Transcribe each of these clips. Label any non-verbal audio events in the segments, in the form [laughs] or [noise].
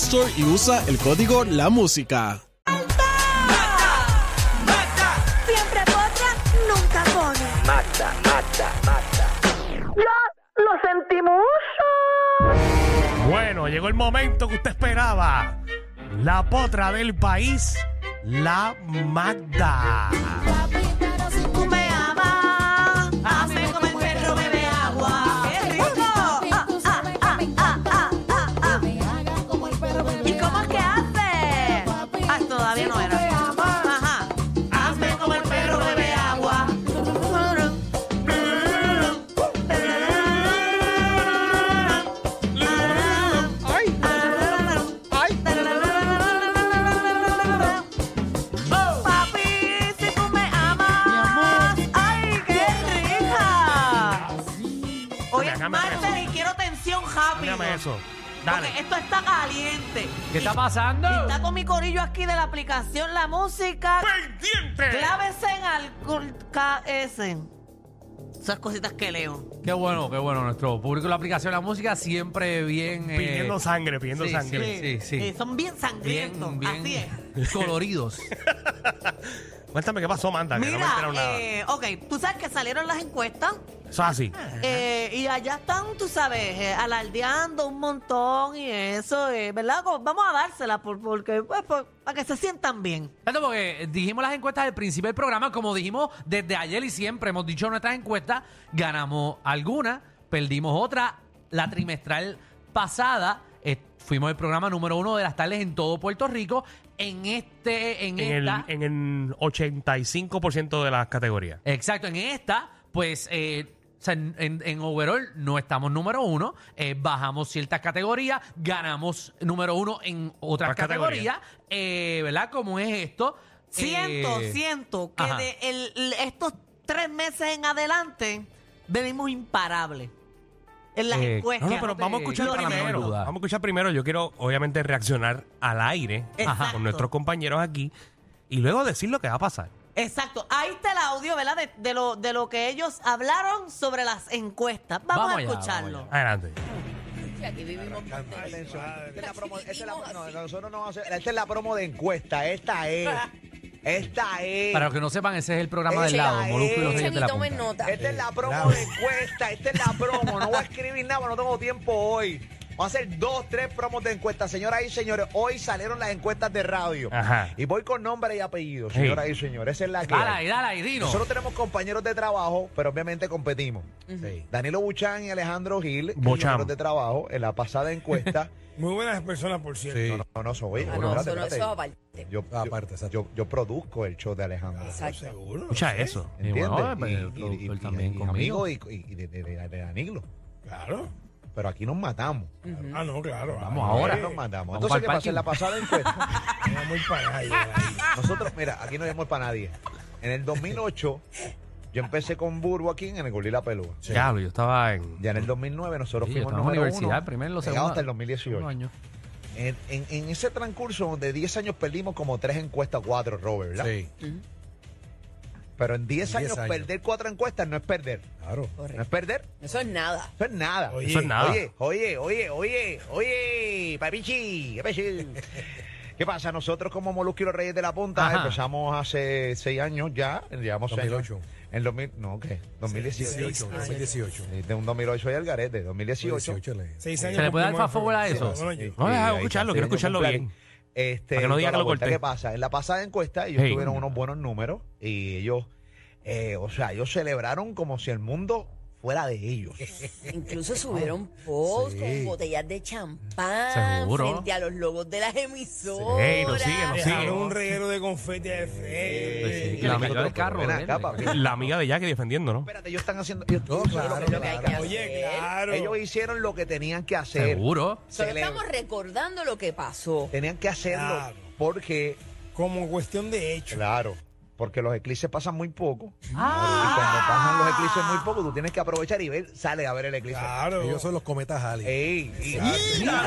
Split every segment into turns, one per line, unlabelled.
Store y usa el código La Música.
Siempre potra, nunca pone.
Mata, mata, mata.
¡Ya lo sentimos!
Bueno, llegó el momento que usted esperaba. La potra del país, la Magda.
Papita, si tú me amas, hazme como el perro bebe agua. Ah,
¡Qué rico!
Papi, tú sabes que me encanta que me hagas como el perro bebe
¿Y cómo es que hace?
Papi,
Ah, todavía no era. Ajá.
hazme como el perro bebe agua.
Papi, si tú me amas. ¡Ay, qué rica! Hoy es
Sácame eso.
martes y quiero tensión rápido.
Dígame eso. Dale.
Porque esto está caliente.
¿Qué está pasando?
Está con mi corillo aquí de la aplicación La Música.
¡Pendiente!
Clávese en alcohol KS. Esas cositas que leo.
Qué bueno, qué bueno. Nuestro público de la aplicación de la música siempre bien. eh,
Pidiendo sangre, pidiendo
sí,
sangre.
Sí, sí.
Eh, son bien sangrientos.
Bien, bien
Así es.
coloridos.
Cuéntame qué pasó, Manda, que no me he
Mira,
enterado nada.
eh, ok, tú sabes que salieron las encuestas
Eso es así.
eh, y allá están, tú sabes, eh, alardeando un montón y eso, eh, ¿verdad? Como- vamos a dárselas por, porque, pues, por- para que se sientan bien.
Tanto porque dijimos las encuestas del principio del programa, como dijimos desde ayer y siempre hemos dicho nuestras encuestas, ganamos alguna, perdimos otra, la trimestral pasada. eh, fuimos el programa número uno de las tardes en todo Puerto Rico. En este, en,
En el,
esta.
en el 85% de las categorías.
Exacto, en esta, pues, eh, o sea, en, en- en overall no estamos número uno, eh, bajamos ciertas categorías, ganamos número uno en otras
Otras
categorías,
categorías.
eh, ¿verdad? ¿Cómo es esto?
Siento,
Eh,
siento que
ajá.
de el- el- estos tres meses en adelante venimos imparables en las
Eh,
No,
encuestas.
no, pero
te-
vamos a escuchar
no te
primero.
duda.
Vamos a escuchar primero. Yo quiero, obviamente, reaccionar al aire
Exacto.
con nuestros compañeros aquí y luego decir lo que va a pasar.
Exacto. Ahí está el audio, ¿verdad? De, de lo, de lo que ellos hablaron sobre las encuestas. Vamos,
Vamos
a
allá,
escucharlo.
vamos
Adelante.
Atención, esta es la promo- esta es la- no, nosotros no vamos a hacer- esta es la promo de encuesta. Esta es.
Ah.
Esta es.
Para los que no sepan, ese es el programa del
Esa
lado, Molusco y los
es.
Reyes de la Punta. Eh,
Esta es la promo de encuesta. Esta es la promo. No voy a escribir nada, no tengo tiempo hoy. Vamos a hacer dos, tres promos de encuesta. Señoras y señores, hoy salieron las encuestas de radio.
Ajá.
Y voy con nombre y apellido,
Sí.
señoras y señores. Esa es la que.
Dale
hay.
ahí, dale ahí, Dino.
Nosotros tenemos compañeros de trabajo, pero obviamente competimos. Sí. Danilo Buchan y Alejandro Gil,
Buchan.
compañeros de trabajo, en la
[laughs]
pasada encuesta.
Muy buenas personas, por cierto.
No, no, no, soy.
Ah,
no,
no,
espérate,
eso, no,
espérate.
eso aparte.
Yo, yo-
Ah, Aparte,
yo,
exacto.
yo produzco el show de Alejandro.
Exacto.
Seguro.
Escucha eso.
Y
¿Entiendes?
bueno, pues, el productor también
y
conmigo.
amigo y, y de, de- de- de Danilo.
Claro.
Pero aquí nos matamos.
Ah, no, claro.
Vamos
Ah,
ahora.
Aquí nos matamos.
Vamos
Entonces, ¿qué
para el
pasó? En la pasada encuesta,
[laughs]
Era muy para allá.
nosotros, mira, aquí no llamamos para nadie. En el 2008, yo empecé con Burbo aquí en el Golila Pelúa.
Diablo, yo estaba en.
Ya en el 2009 nosotros
Sí, estamos
fuimos
en la
número
universidad
uno.
primero, lo
pegados
segundo.
hasta el 2018.
años.
En, en- en ese transcurso de 10 años perdimos como 3 encuestas, 4, Robert, ¿verdad?
Sí,
Pero en 10
En 10
años,
años.
perder 4 encuestas no es perder.
claro.
No es perder,
Eso es nada.
eso es nada.
Oye,
Eso es nada.
Oye, oye, oye, oye, oye, papichi,
[laughs]
papichi. ¿Qué pasa? Nosotros como Molusco y los Reyes de la Punta
Ajá.
empezamos hace seis años ya, llevamos seis años,
2008.
En 2000, no, ¿qué? 2018.
2018.
Sí, De un 2008 hay al garete, 2018.
2018 le-
Seis años.
¿Se le puede dar
con
fast forward a
Manuel.
eso?
Sí, bueno, yo-
No, deja
ahí está,
escucharlo,
sí,
quiero
yo
escucharlo
cumplí.
bien.
Este,
Para que no diga
toda
que
la
lo
vuelta
corté.
¿Qué pasa? En la pasada encuesta ellos
Hey.
tuvieron unos buenos números y ellos, eh, o sea, ellos celebraron como si el mundo fuera de ellos.
Incluso subieron posts
Sí.
con botellas de champán
Seguro.
frente a los logos de las emisoras.
Ey, nos siguen, nos siguen.
Dejaron un reguero de confeti al frente.
Eh,
Sí,
que
la
le
mitad
cayó
del
otro,
carro.
Ven
de
acá,
él.
papi.
La amiga de Jackie defendiendo,
Ah.
¿no?
Espérate, ellos están haciendo. ellos-
No,
ellos-
claro,
lo que ellos-
claro.
Oye, claro.
eh, Ellos hicieron lo que tenían que
Eh,
hacer.
Seguro.
Solo
Cele-
estamos recordando lo que pasó.
Tenían que hacerlo
Claro.
porque,
Como cuestión de hecho.
claro, porque los eclipses pasan muy poco. Y cuando pasan los eclipses muy poco, tú tienes que aprovechar y ver, sale a ver el eclipse.
Claro.
Ellos son los cometas Halley.
Ey, y-
Mira, mira,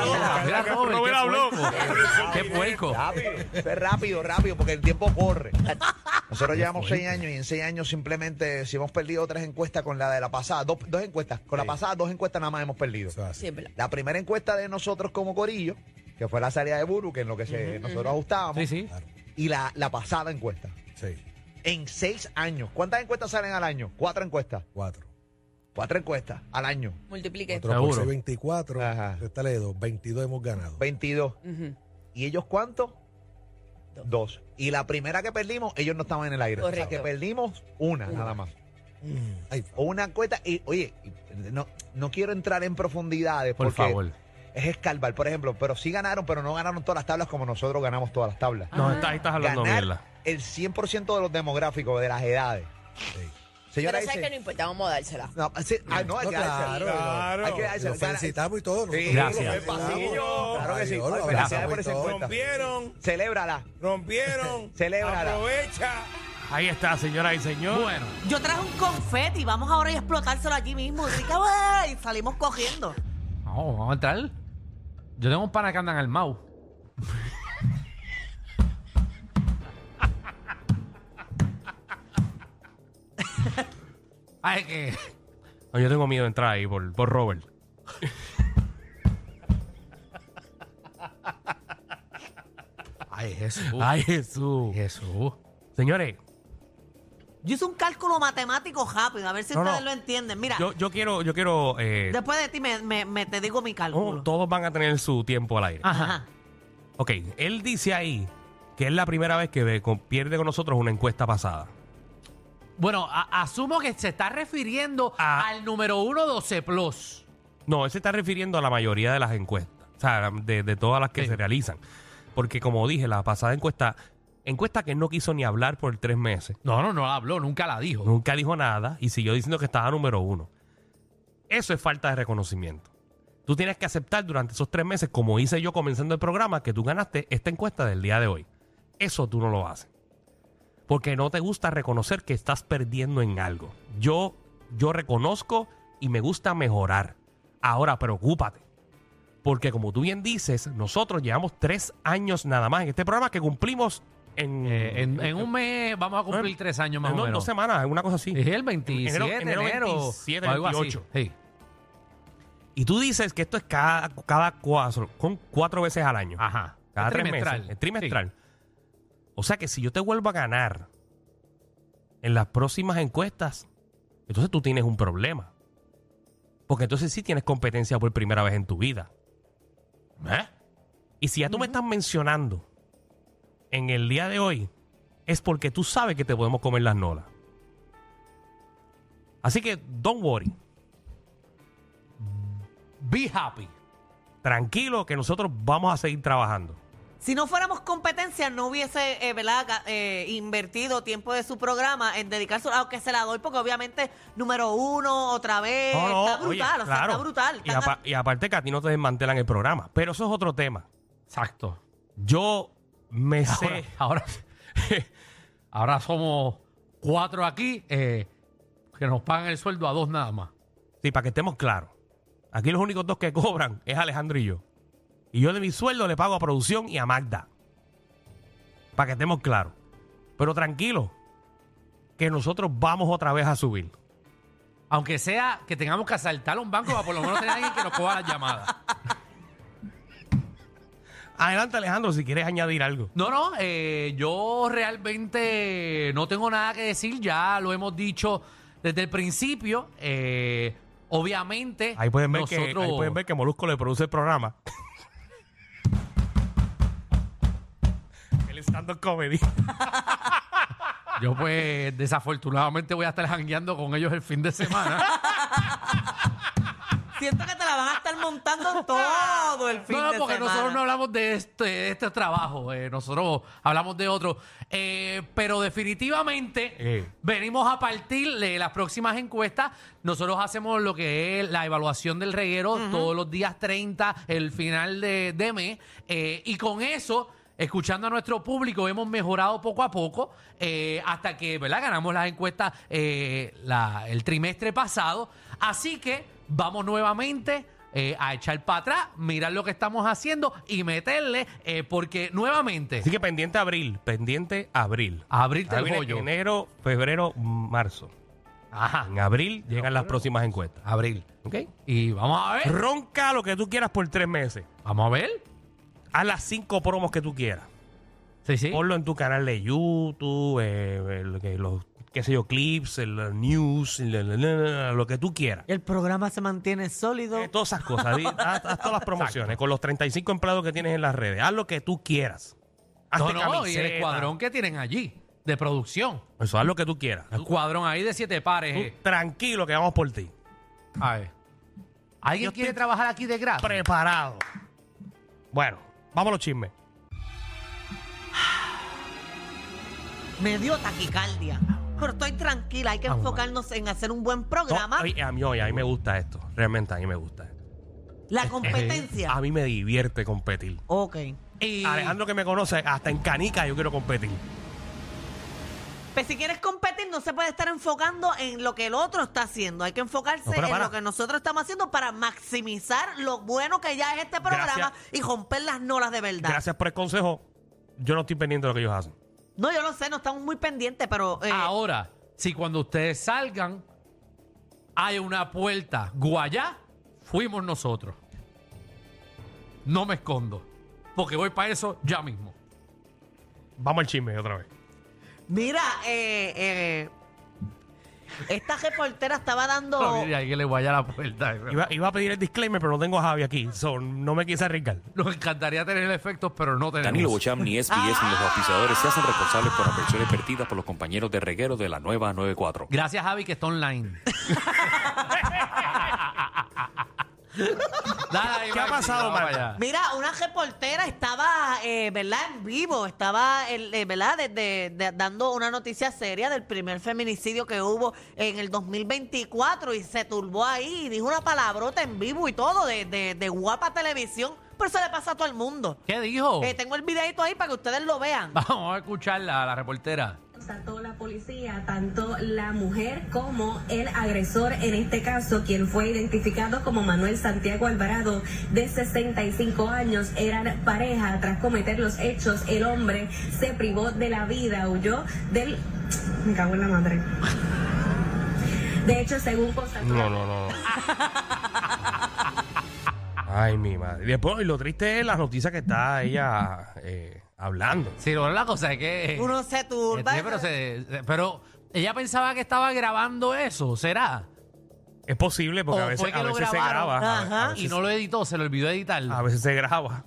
Robert,
Robert
qué
habló.
puerco. Qué puerco.
Rápido, fue rápido, rápido, porque el tiempo corre. Nosotros llevamos seis años y en seis años simplemente, si hemos perdido tres encuestas con la de la pasada, dos, dos encuestas, con la pasada dos encuestas nada más hemos perdido.
Eso es así.
Siempre.
La primera encuesta de nosotros como Corillo, que fue la salida de Buru, que en lo que se, nosotros ajustábamos,
Sí, sí.
Claro,
y la, la pasada encuesta.
sí,
En seis años. ¿Cuántas encuestas salen al año? Cuatro encuestas.
cuatro.
Cuatro encuestas al año.
Multiplique.
Cuatro por
Seguro.
seis, 24.
Ajá.
Réstale dos, 22 hemos ganado.
22.
Ujú.
¿Y ellos cuántos? Dos. Y la primera que perdimos, ellos no estaban en el aire. O sea,
Correcto. Mm.
que perdimos una, nada más.
Ay,
O una encuesta. Y, oye, y no, no quiero entrar en profundidades
Por
porque
favor.
es escalvar, por ejemplo. Pero sí ganaron, pero no ganaron todas las tablas como nosotros ganamos todas las tablas.
Ah,
No, está- ahí estás hablando
Ganar
mierda.
el 100% de los demográficos, de las edades.
Pero
Señora,
sabes que
dice-
no importa, vamos a dársela.
no, sí, ah, no, hay
No,
que dársela.
claro,
claro.
Hay que
y Los
dársela. Gana-
felicitamos y todo.
Sí,
nosotros
Gracias.
el pasillo. Claro que sí.
Adiós,
Ay,
lo
Felicidades
abrazamos
por
y
esa
todo.
encuesta.
Rompieron,
Celébrala.
rompieron.
[laughs] Celébrala.
Aprovecha.
Ahí está, señoras y señores. Bueno.
Yo traje un confeti, vamos ahora y explotárselo allí mismo. Así que, ¡wey! y salimos cogiendo.
Vamos, vamos a entrar. Yo tengo un pana que andan al Mau. [laughs] Ay, que.
No, yo tengo miedo de entrar ahí por, por Robert.
Ay, Jesús.
Ay, Jesús.
Jesús.
Señores,
Yo hice un cálculo matemático rápido, a ver si
No,
ustedes
no.
lo entienden. Mira,
yo, yo quiero, yo quiero, eh,
después de ti me, me- me- te digo mi
oh,
cálculo.
todos van a tener su tiempo al aire.
Ajá.
Ok, él dice ahí que es la primera vez que ve- con- pierde con nosotros una encuesta pasada.
Bueno, a- asumo que se está refiriendo
Ah.
al número uno 12 Plus.
No, él se está refiriendo a la mayoría de las encuestas, o sea, de, de todas las que
Sí.
se realizan. Porque como dije, la pasada encuesta, encuesta que él no quiso ni hablar por tres meses,
No, no, no la habló, nunca la dijo.
nunca dijo nada y siguió diciendo que estaba número uno. Eso es falta de reconocimiento. Tú tienes que aceptar durante esos tres meses, como hice yo comenzando el programa, que tú ganaste esta encuesta del día de hoy. Eso tú no lo haces. Porque no te gusta reconocer que estás perdiendo en algo. Yo, yo reconozco y me gusta mejorar. Ahora, preocúpate. Porque como tú bien dices, nosotros llevamos tres años nada más en este programa que cumplimos en...
Eh, en, en un mes vamos a cumplir
en-
tres años más
no,
o menos.
dos semanas, una cosa así.
[laughs] Es el 27 de enero,
Enero- enero 27,
o algo así.
28.
Sí.
Y tú dices que esto es cada, cada cuatro, con cuatro veces al año.
Ajá.
Cada
Es
tres
trimestral.
meses. Es trimestral. O sea que si yo te vuelvo a ganar en las próximas encuestas, entonces tú tienes un problema. Porque entonces sí tienes competencia por primera vez en tu vida. ¿Eh? Y si ya tú me estás mencionando en el día de hoy, es porque tú sabes que te podemos comer las nolas. Así que, don't worry.
Be happy.
Tranquilo que nosotros vamos a seguir trabajando.
Si no fuéramos competencia, no hubiese eh, ¿verdad? Ga- eh, invertido tiempo de su programa en dedicarse, aunque se la doy, porque obviamente número uno, otra vez,
No, no,
Eh, está brutal,
oye,
o sea,
claro.
está brutal.
Y,
Están
apa- y aparte que a ti no te desmantelan el programa. Pero eso es otro tema.
Exacto.
Yo me
Ahora,
sé.
ahora, [laughs] ahora somos cuatro aquí eh, que nos pagan el sueldo a dos nada más.
Sí, para que estemos claros. Aquí los únicos dos que cobran es Alejandro y yo. Y yo de mi sueldo le pago a producción y a Magda. Para que estemos claros. Pero tranquilo. Que nosotros vamos otra vez a subir.
Aunque sea que tengamos que asaltar un banco para por lo menos tener alguien que nos coja las llamadas.
Adelante, Alejandro, si quieres añadir algo.
No, no, eh, yo realmente no tengo nada que decir, ya lo hemos dicho desde el principio. eh, obviamente,
Ahí pueden ver, que,
nosotros-
ahí pueden ver que Molusco le produce el programa. [laughs] el stand-up comedy.
yo pues desafortunadamente voy a estar jangueando con ellos el fin
[laughs]
de semana.
Siento que te la van a estar
[laughs]
montando todo el fin
no,
de
porque
semana.
nosotros no hablamos de este, de este trabajo, eh, nosotros hablamos de otro. Eh, pero definitivamente
Eh.
venimos a partir de las próximas encuestas. Nosotros hacemos lo que es la evaluación del reguero todos los días 30, el final de, de mes. Eh, y con eso... Escuchando a nuestro público, hemos mejorado poco a poco eh, hasta que ¿verdad? ganamos las encuestas eh, la- el trimestre pasado. Así que vamos nuevamente eh, a echar para atrás, mirar lo que estamos haciendo y meterle, eh, porque nuevamente,
Así que pendiente abril, pendiente abril.
abrirte
Ahora
el
Ah, viene
bollo.
enero, febrero, marzo.
Ajá,
En abril llegan las próximas encuestas.
abril.
¿Ok?
Y vamos a ver,
Ronca lo que tú quieras por tres meses.
vamos a ver.
Haz las cinco promos que tú quieras.
Sí, sí.
Ponlo en tu canal de YouTube, eh, el- que los, qué sé yo, clips, el, el news, la, la, la, la, lo que tú quieras.
El programa se mantiene sólido.
Eh, todas esas cosas. di- haz, haz todas las promociones con los 35 empleados que tienes en las redes. Haz lo que tú quieras.
No,
Hazte
no, y el
camiseta.
escuadrón que tienen allí, de producción.
Eso, haz lo que tú quieras.
Un cuadrón ahí de siete pares.
Tú
eh.
tranquilo que vamos por ti.
A ver. ¿Alguien
Yo
quiere
estoy
trabajar aquí de gratis?
Preparado. Bueno, vamos a los chismes.
Me dio taquicardia. Pero estoy tranquila, hay que
Vamos,
enfocarnos en hacer un buen
Ah, No,
programa.
oye, a mí, oye, a mí me gusta esto. Realmente a mí me gusta.
la
A
competencia.
mí me divierte competir.
Ok.
Y-
Alejandro que me conoce, hasta en canica yo quiero competir.
Pero Pues, si quieres competir, no se puede estar enfocando en lo que el otro está haciendo. Hay que enfocarse
No, pero
en
para.
lo que nosotros estamos haciendo para maximizar lo bueno que ya es este programa
Gracias.
y romper las nolas de verdad.
Gracias por el consejo. Yo no estoy pendiente de lo que ellos hacen.
No, yo lo sé, no estamos muy pendientes, pero eh,
Ahora, si cuando ustedes salgan hay una puerta guayá, fuimos nosotros. No me escondo, porque voy para eso ya mismo.
Vamos al chisme otra vez.
mira, eh, eh, esta reportera estaba
[laughs]
dando...
No, mire, alguien le guaya la puerta. eh.
Iba, iba a pedir el disclaimer, pero no tengo a Javi aquí. so, no me quise arriesgar.
Nos encantaría tener efectos, pero no tenemos.
Danilo Bocham, ni SBS, ni los auspiciadores se hacen responsables por apreciaciones vertidas por los compañeros de reguero de la nueva 94.
Gracias, Javi, que
[laughs]
está online. Dale,
¿Qué ha
Maxi,
pasado,
vamos
Marta?
allá.
Mira, una reportera estaba, eh, ¿verdad? En vivo, estaba, el- eh, ¿verdad? Desde- de- dando una noticia seria del primer feminicidio que hubo en el 2024 y se turbó ahí y dijo una palabrota en vivo y todo de, de- de guapa televisión. Pero eso le pasa a todo el mundo.
¿Qué
Oh.
dijo?
Eh, tengo el videito ahí para que ustedes lo vean.
Vamos a escucharla, a la reportera.
Tanto la policía, tanto la mujer como el agresor, en este caso, quien fue identificado como Manuel Santiago Alvarado, de 65 años, eran pareja. Tras cometer los hechos, el hombre se privó de la vida, huyó del... Me cago en la madre. De hecho, según constató...
No, no, no. no. Ay, mi madre. Y después, y lo triste es la noticia que está ella eh, hablando.
Sí, lo la cosa es que...
Uno se turba.
Eh,
Sí, pero, se- se- pero ella pensaba que estaba grabando eso, ¿será?
Es posible porque
O
a veces,
fue que
a
lo
veces se graba.
grabaron.
A- a
Ajá.
veces
Y no lo editó, se le olvidó editarlo.
A veces se graba.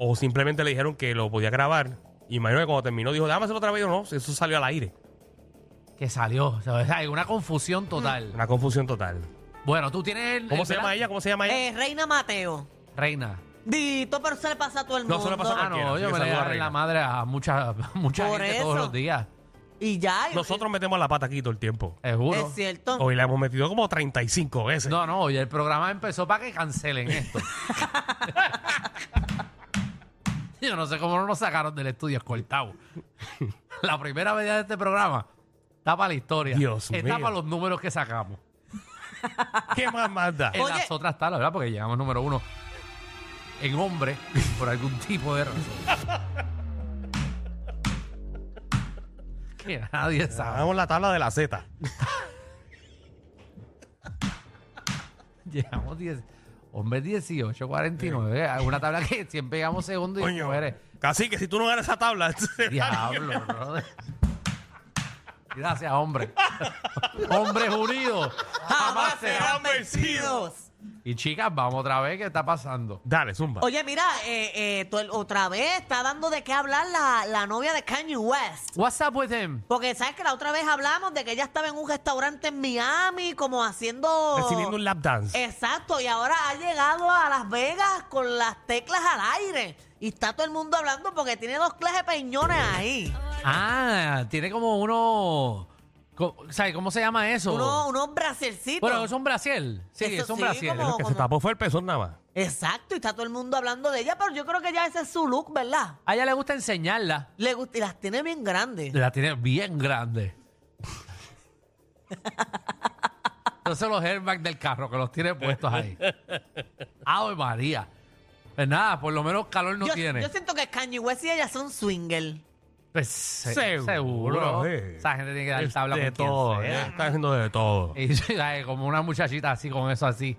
O simplemente le dijeron que lo podía grabar. Y imagino que cuando terminó dijo, déjame hacerlo otra vez o no. Eso salió al aire.
Que salió. ¿sabes? Hay una confusión total.
Mm.
Una confusión total.
Bueno, tú tienes. el-
¿Cómo
el-
se llama
¿verdad?
ella? ¿Cómo se llama ella?
Eh, Reina Mateo.
Reina.
Dito, pero se le pasa a todo el
No,
mundo.
se le pasa a
Ah,
cualquiera,
no,
así
yo
que
me le
saluda a
daré
Reina.
la madre a mucha, [laughs] mucha
Por
gente todos
eso.
los días.
Y ya. y-
Nosotros metemos la pata aquí todo el tiempo.
Es juro.
Es cierto.
Hoy la hemos metido como 35 veces.
eh, No, no, oye, el programa empezó para que
[laughs]
cancelen esto. Yo no sé cómo no nos sacaron del estudio escoltado. La primera media de este programa está para la historia.
Dios
está
mío.
para los números que sacamos.
¿Qué más manda?
En
Oye.
las otras está, la verdad, porque llegamos número uno en hombre por algún tipo de razón.
[laughs]
que nadie sabe.
Hagamos la tabla de la Z.
Llegamos 10. Hombre 18, 49. eh, Una tabla que siempre llegamos segundo y
Coño,
mujeres.
casi que si tú no ganas esa tabla. [laughs]
Diablo, brother. Gracias, hombre. Hombres unidos. Jamás serán.
vencidos.
Y chicas, vamos otra vez. ¿Qué está pasando?
Dale, zumba.
Oye, mira, eh, eh, tú- otra vez está dando de qué hablar la, la novia de Kanye West.
What's up with him?
Porque sabes que la otra vez hablamos de que ella estaba en un restaurante en Miami, como haciendo.
Recibiendo un lap
Eh,
dance.
Exacto, y ahora ha llegado a Las Vegas con las teclas al aire. Y está todo el mundo hablando porque tiene dos clases de peñones ahí.
Ah, tiene como uno. co- ¿Sabe cómo se llama eso?
Unos, unos bracercitos.
bueno, es un Brasil. Sí,
Eso
es un
sí,
Brasil.
como-
que se tapó fue el pezón nada más.
Exacto, y está todo el mundo hablando de ella, pero yo creo que ya ese es su look, ¿verdad?
A ella le gusta enseñarla.
Le gusta, y las tiene bien grandes.
La tiene bien grande. Entonces los airbags del carro que los tiene puestos ahí. Ave María. Pues nada, por lo menos calor no
yo,
tiene.
yo siento que Kanye West y ella son swinger.
Pues, se-
Seguro, sí.
Esa gente tiene que dar tabla
de
con quien
todo.
sea. Eh,
ya
¿eh?
Está haciendo de todo.
Y [laughs] ay, como una muchachita así con eso así.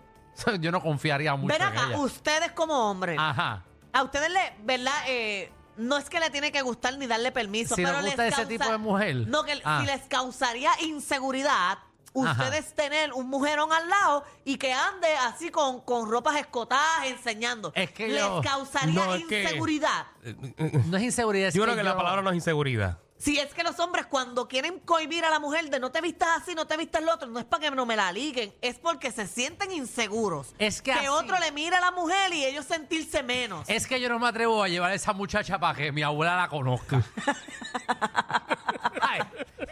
[laughs] Yo no confiaría mucho
Ven
en
acá,
ella. Ah.
ustedes como hombres.
Ajá.
A ustedes le, ¿verdad? Eh, no es que le tiene que gustar ni darle permiso.
Si
pero
nos
les
gusta ese
causa-
tipo de mujer.
No, que
Ah.
si les causaría inseguridad ustedes tener un mujerón al lado y que ande así con, con ropas escotadas enseñando.
Es que
les
yo-
causaría
no, es que-
inseguridad.
No es inseguridad. es
Yo creo que la
yo-
palabra no es inseguridad.
Si es que los hombres cuando quieren cohibir a la mujer de no te vistas así, no te vistas lo otro, no es para que no me la liguen, es porque se sienten inseguros.
Es que así-
otro le mira a la mujer y ellos sentirse menos.
Es que yo no me atrevo a llevar a esa muchacha para que mi abuela
[laughs]
la conozca. Ay,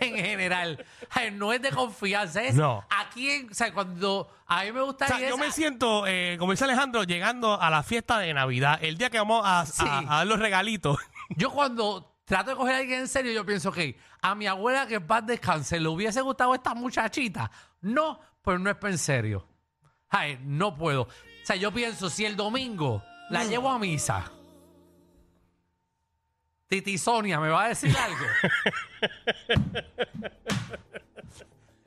en general, Ay, no es de confianza. Es
No.
a quién, o sea, cuando a mí me gusta.
O sea, yo me siento, eh, como dice Alejandro, llegando a la fiesta de Navidad, el día que vamos a, a-
Sí. Ah,
a dar los regalitos.
Yo cuando trato de coger a alguien en serio, yo pienso que a mi abuela que en paz descanse le hubiese gustado esta muchachita. No, pero no es para en serio. Ay, no puedo. O sea, yo pienso, si el domingo
Mm.
la llevo a misa, Titi Sonia me va a decir algo.
[laughs]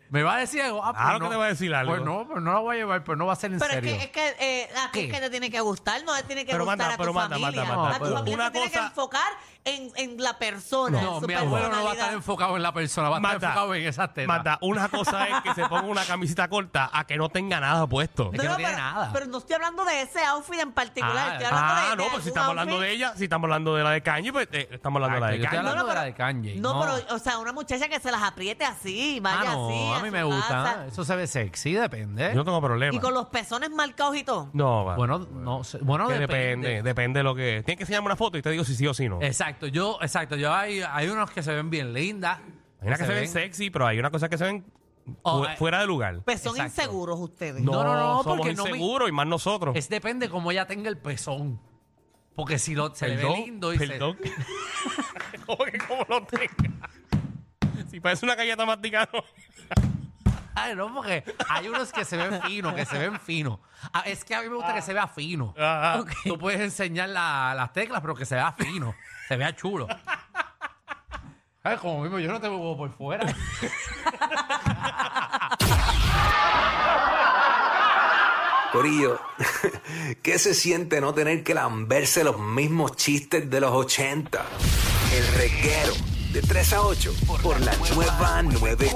me va a decir algo. Ah, pues
Claro
no.
que te va a decir algo.
Pues no, pues no la voy a llevar, pero no va a ser en
Pero
serio.
es que, es que eh, a ti
¿Qué?
es que te tiene que gustar, no te tiene que
Pero
gustar
manda,
a tu
pero manda,
familia.
manda, manda,
a tu
pero-
familia
una
se tiene que
cosa-
enfocar en, en la persona, en
pues. no,
su
mi abuelo no va a
personalidad.
estar enfocado en la persona, va a estar
Magda,
enfocado en esas tetas.
Magda, una cosa es que se ponga una camisita corta a que no tenga nada puesto.
Es que no tiene
pero,
nada.
pero no estoy hablando de ese outfit en particular.
Ah,
estoy hablando de,
Ah,
de
no, pues si
algún
estamos hablando
outfit.
de ella, si estamos hablando de la de Kanye, pues eh, estamos hablando
Ay,
de la de
pero yo estoy
Kanye.
hablando de la de Kanye.
No, pero, o sea, una muchacha que se las apriete así, vaya
Ah, no,
así.
a mí
su
me gusta. ah,
casa,
Eso se ve sexy, depende.
Yo no tengo problema.
¿Eh? Y con los pezones marcados y todo.
No, va.
Bueno, no sé. Bueno,
Que
depende.
depende. depende, de lo que es. Tienes que enseñarme una foto y te digo si sí o si no.
Exacto, yo, exacto, yo hay, hay unos que se ven bien lindas.
hay unas que se ven sexy, pero hay unas cosas que se ven fu-
Oh, eh,
fuera de lugar.
Pues son
Exacto.
inseguros ustedes.
No, no, no,
somos
porque no me-
inseguros y más nosotros.
Es depende cómo ella tenga el pezón. Porque si lo, se le ve lindo y se-
perdón. [laughs] ¿Cómo que cómo lo tenga? Si parece una galleta masticada. no.
Ay, no, porque hay unos que se ven finos, que se ven finos. Ah, es que a mí me gusta que se vea fino.
Ajá.
Tú puedes enseñar la- las teclas, pero que se vea fino, se
[laughs]
vea chulo. Ay, como mismo, yo no tengo huevo por fuera.
Corillo, [laughs] ¿qué se siente no tener que lamberse los mismos chistes de los 80? El reguero de 3 a 8 por la nueva 9.